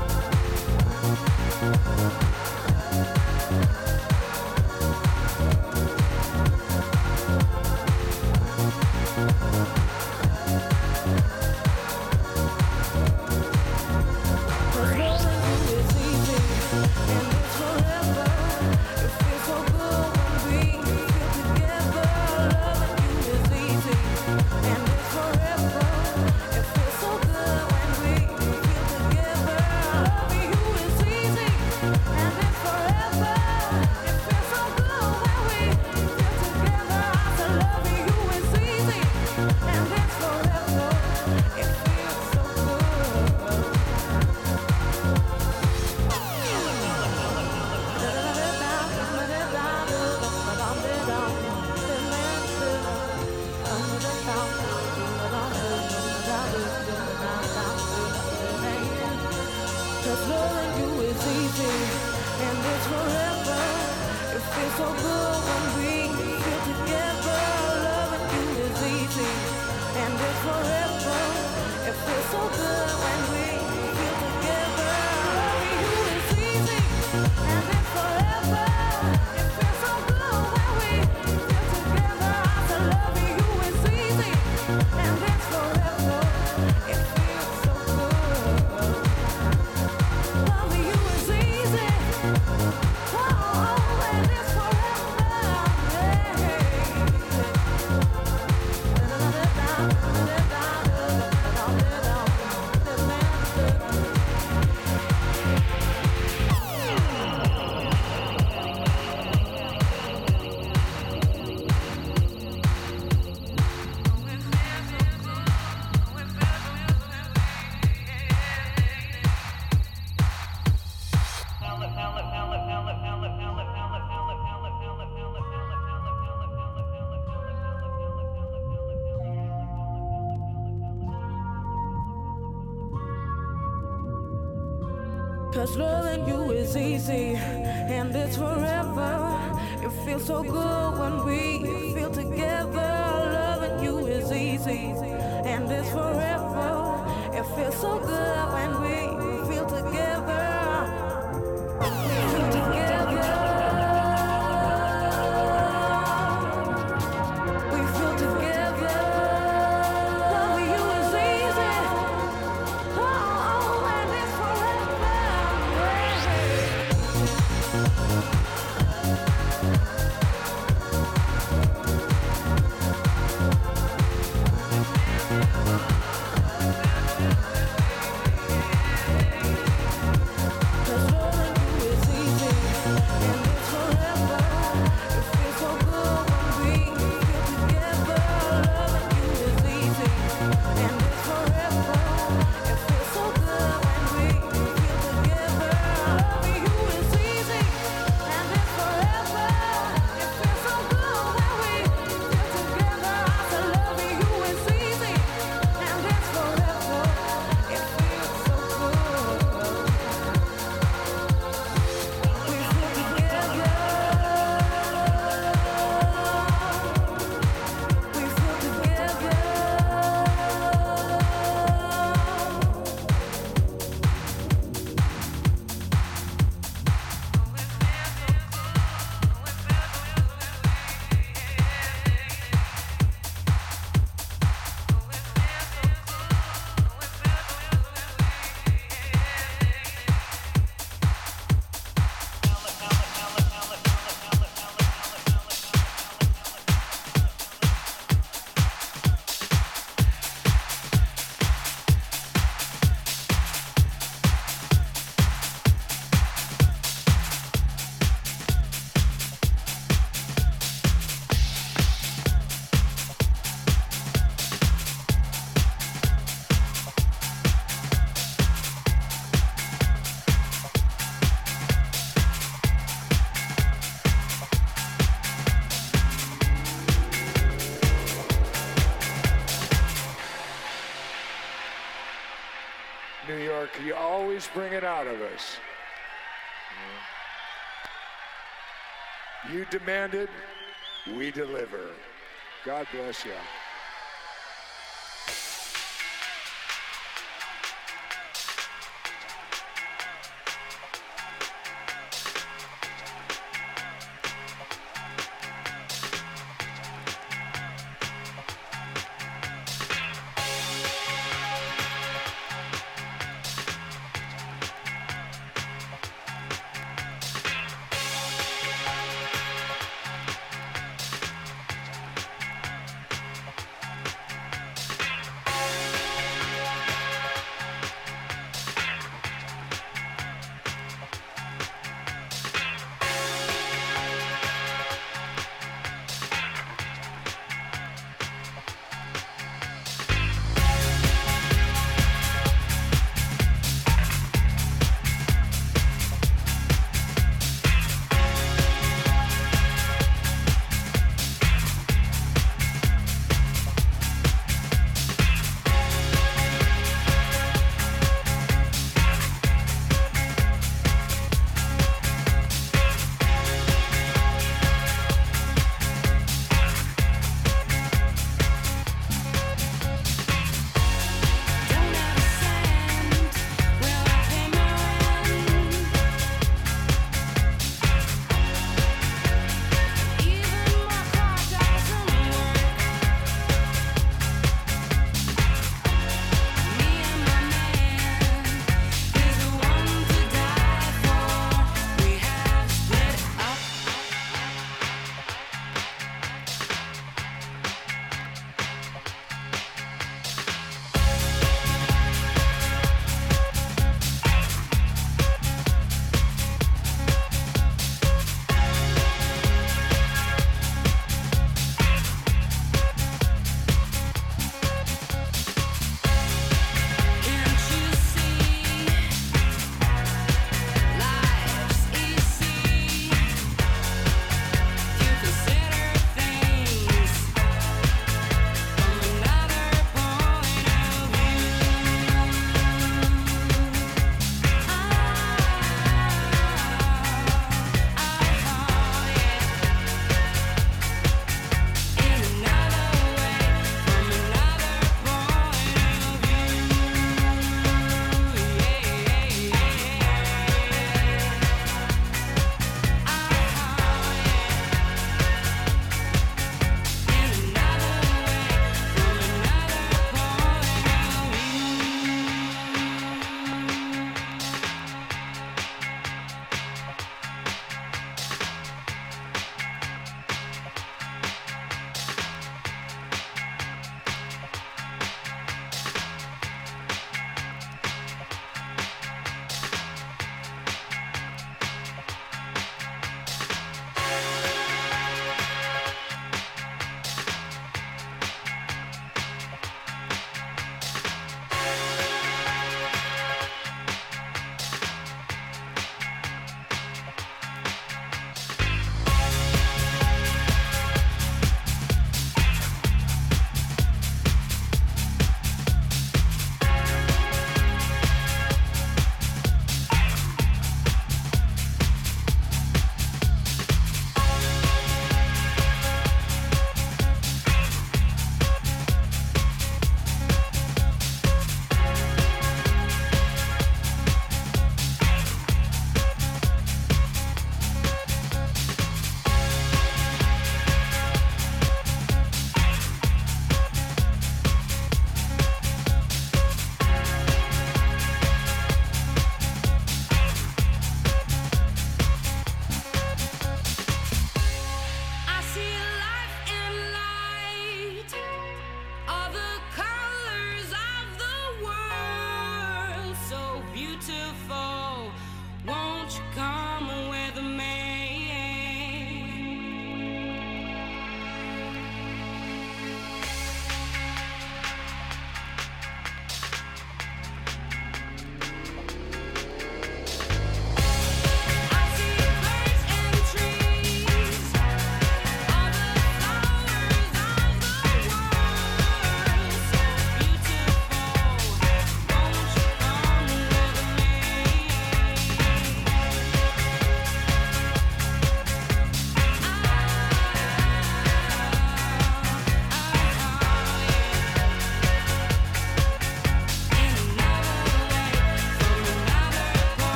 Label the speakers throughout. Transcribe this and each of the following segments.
Speaker 1: oh, loving you is easy, and it's forever. It feels so good when we feel together. Loving you is easy, and it's forever. It feels so good when we feel together. Loving you is easy, and it's forever. It feels so good when we feel together. I said loving you is easy, and it's forever. It feels so good. Loving you is easy. Oh, and it's forever. Cause loving you is easy and it's forever. It feels so good when we feel together. Loving you is easy and it's forever. It feels so good when we feel together. Feel together. We feel together. Loving you is easy. Oh, and it's forever. Cause loving you is easy, and it's forever. It feels so good when we feel together. Loving you is easy, and it's forever. It feels so good when we feel together. Loving you is easy, and it's forever. It feels so good when we feel together. So loving you is easy, and it's forever. It feels so good. We feel together. We feel together.
Speaker 2: New York, you always bring it out of us. You demanded, we deliver. God bless you.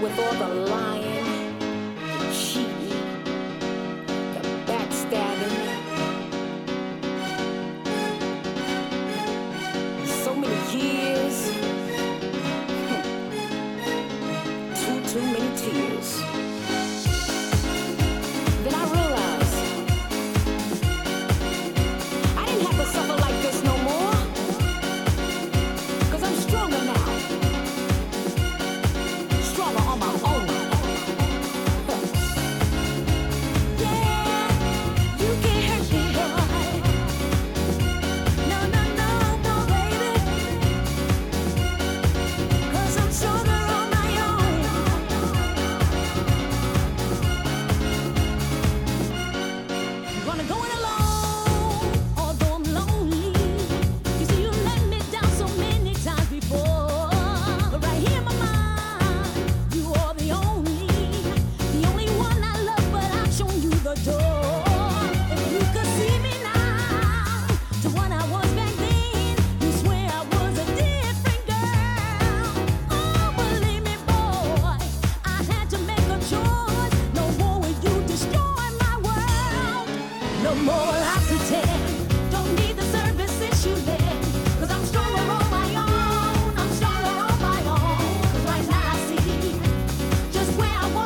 Speaker 3: with all the lying, the cheating, the backstabbing. So many years, too, too many tears. Then I realized I didn't have to suffer like this no more. Cause I'm stronger now. Stronger on my own. Oh, Oh,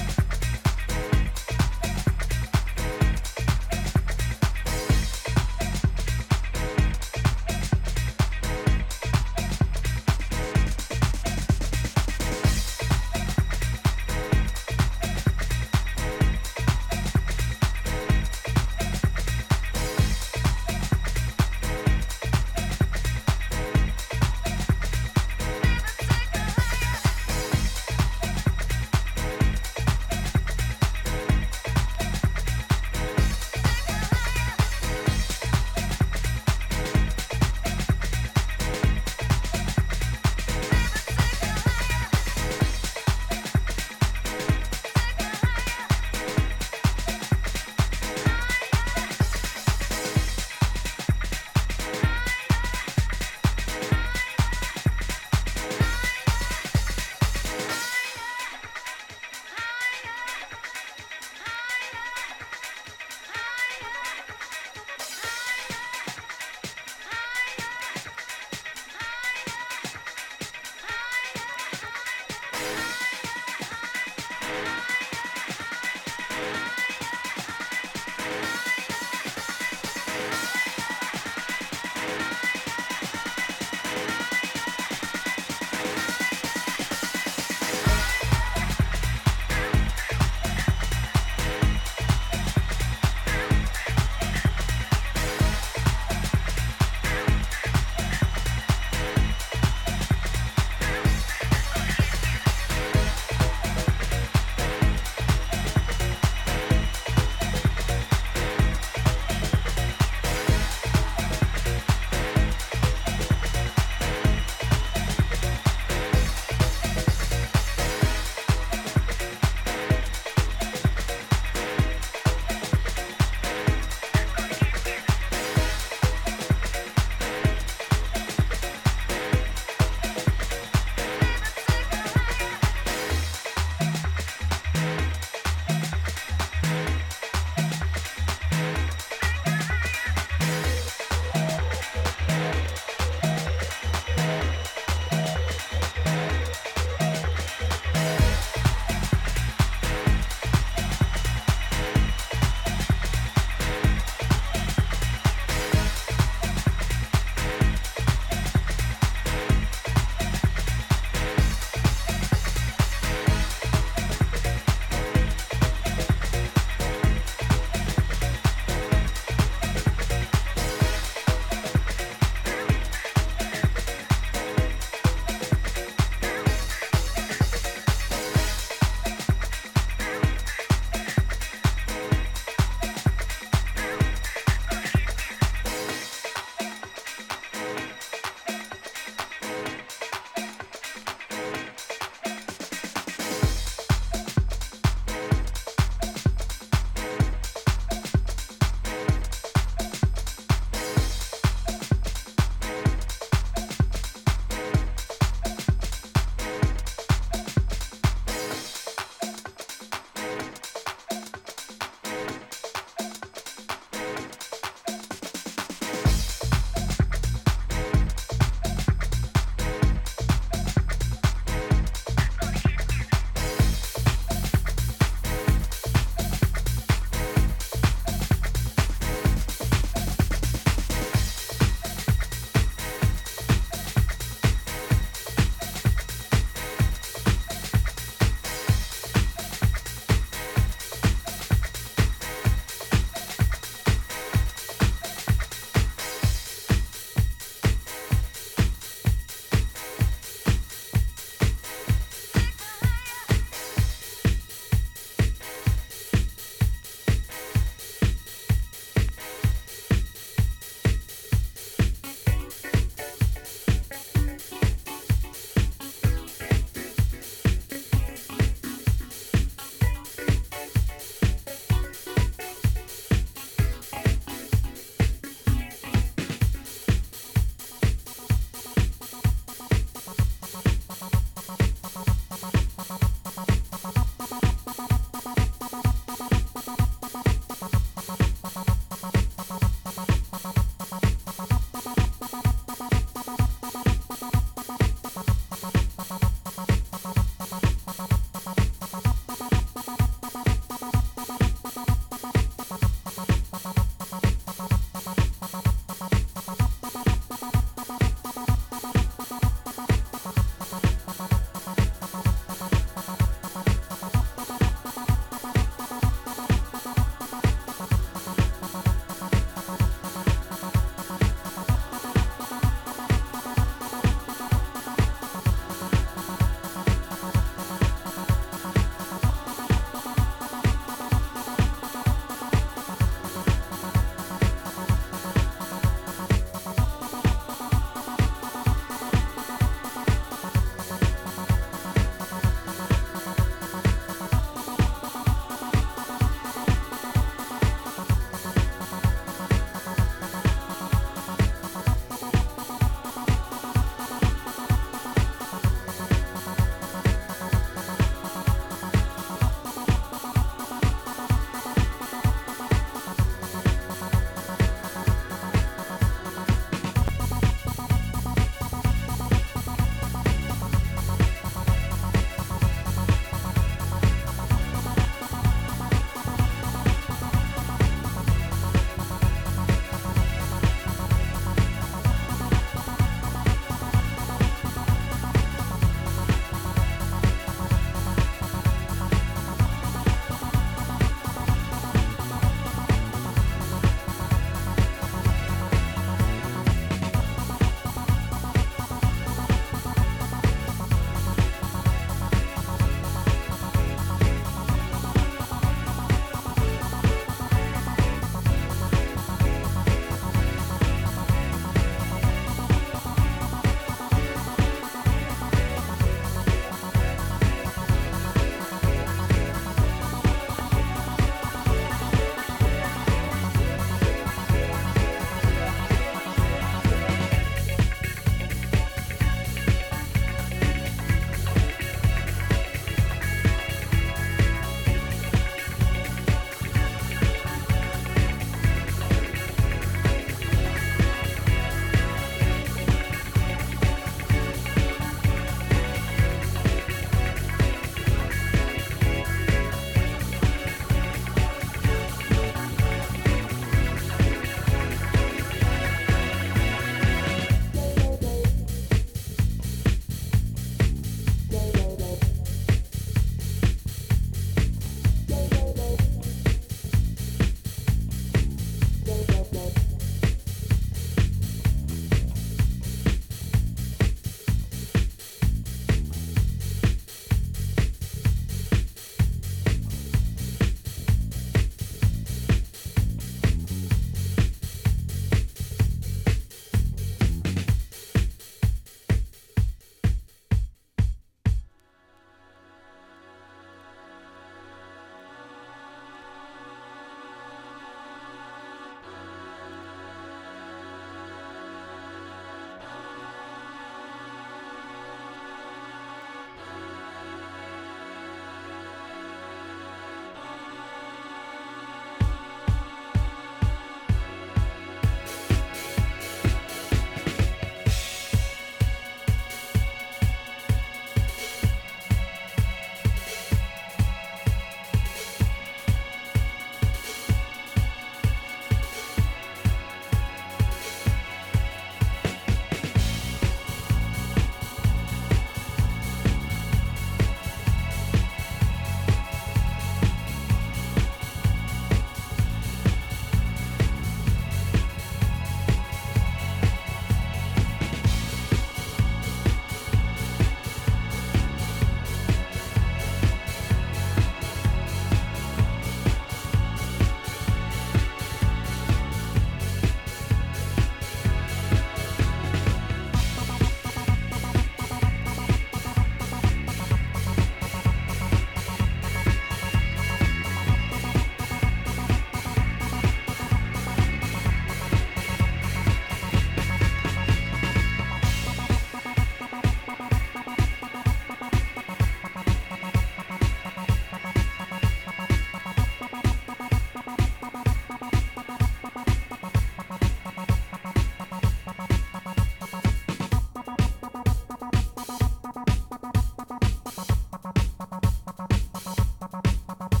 Speaker 4: Bye.
Speaker 1: Oh, Oh, Oh, Oh,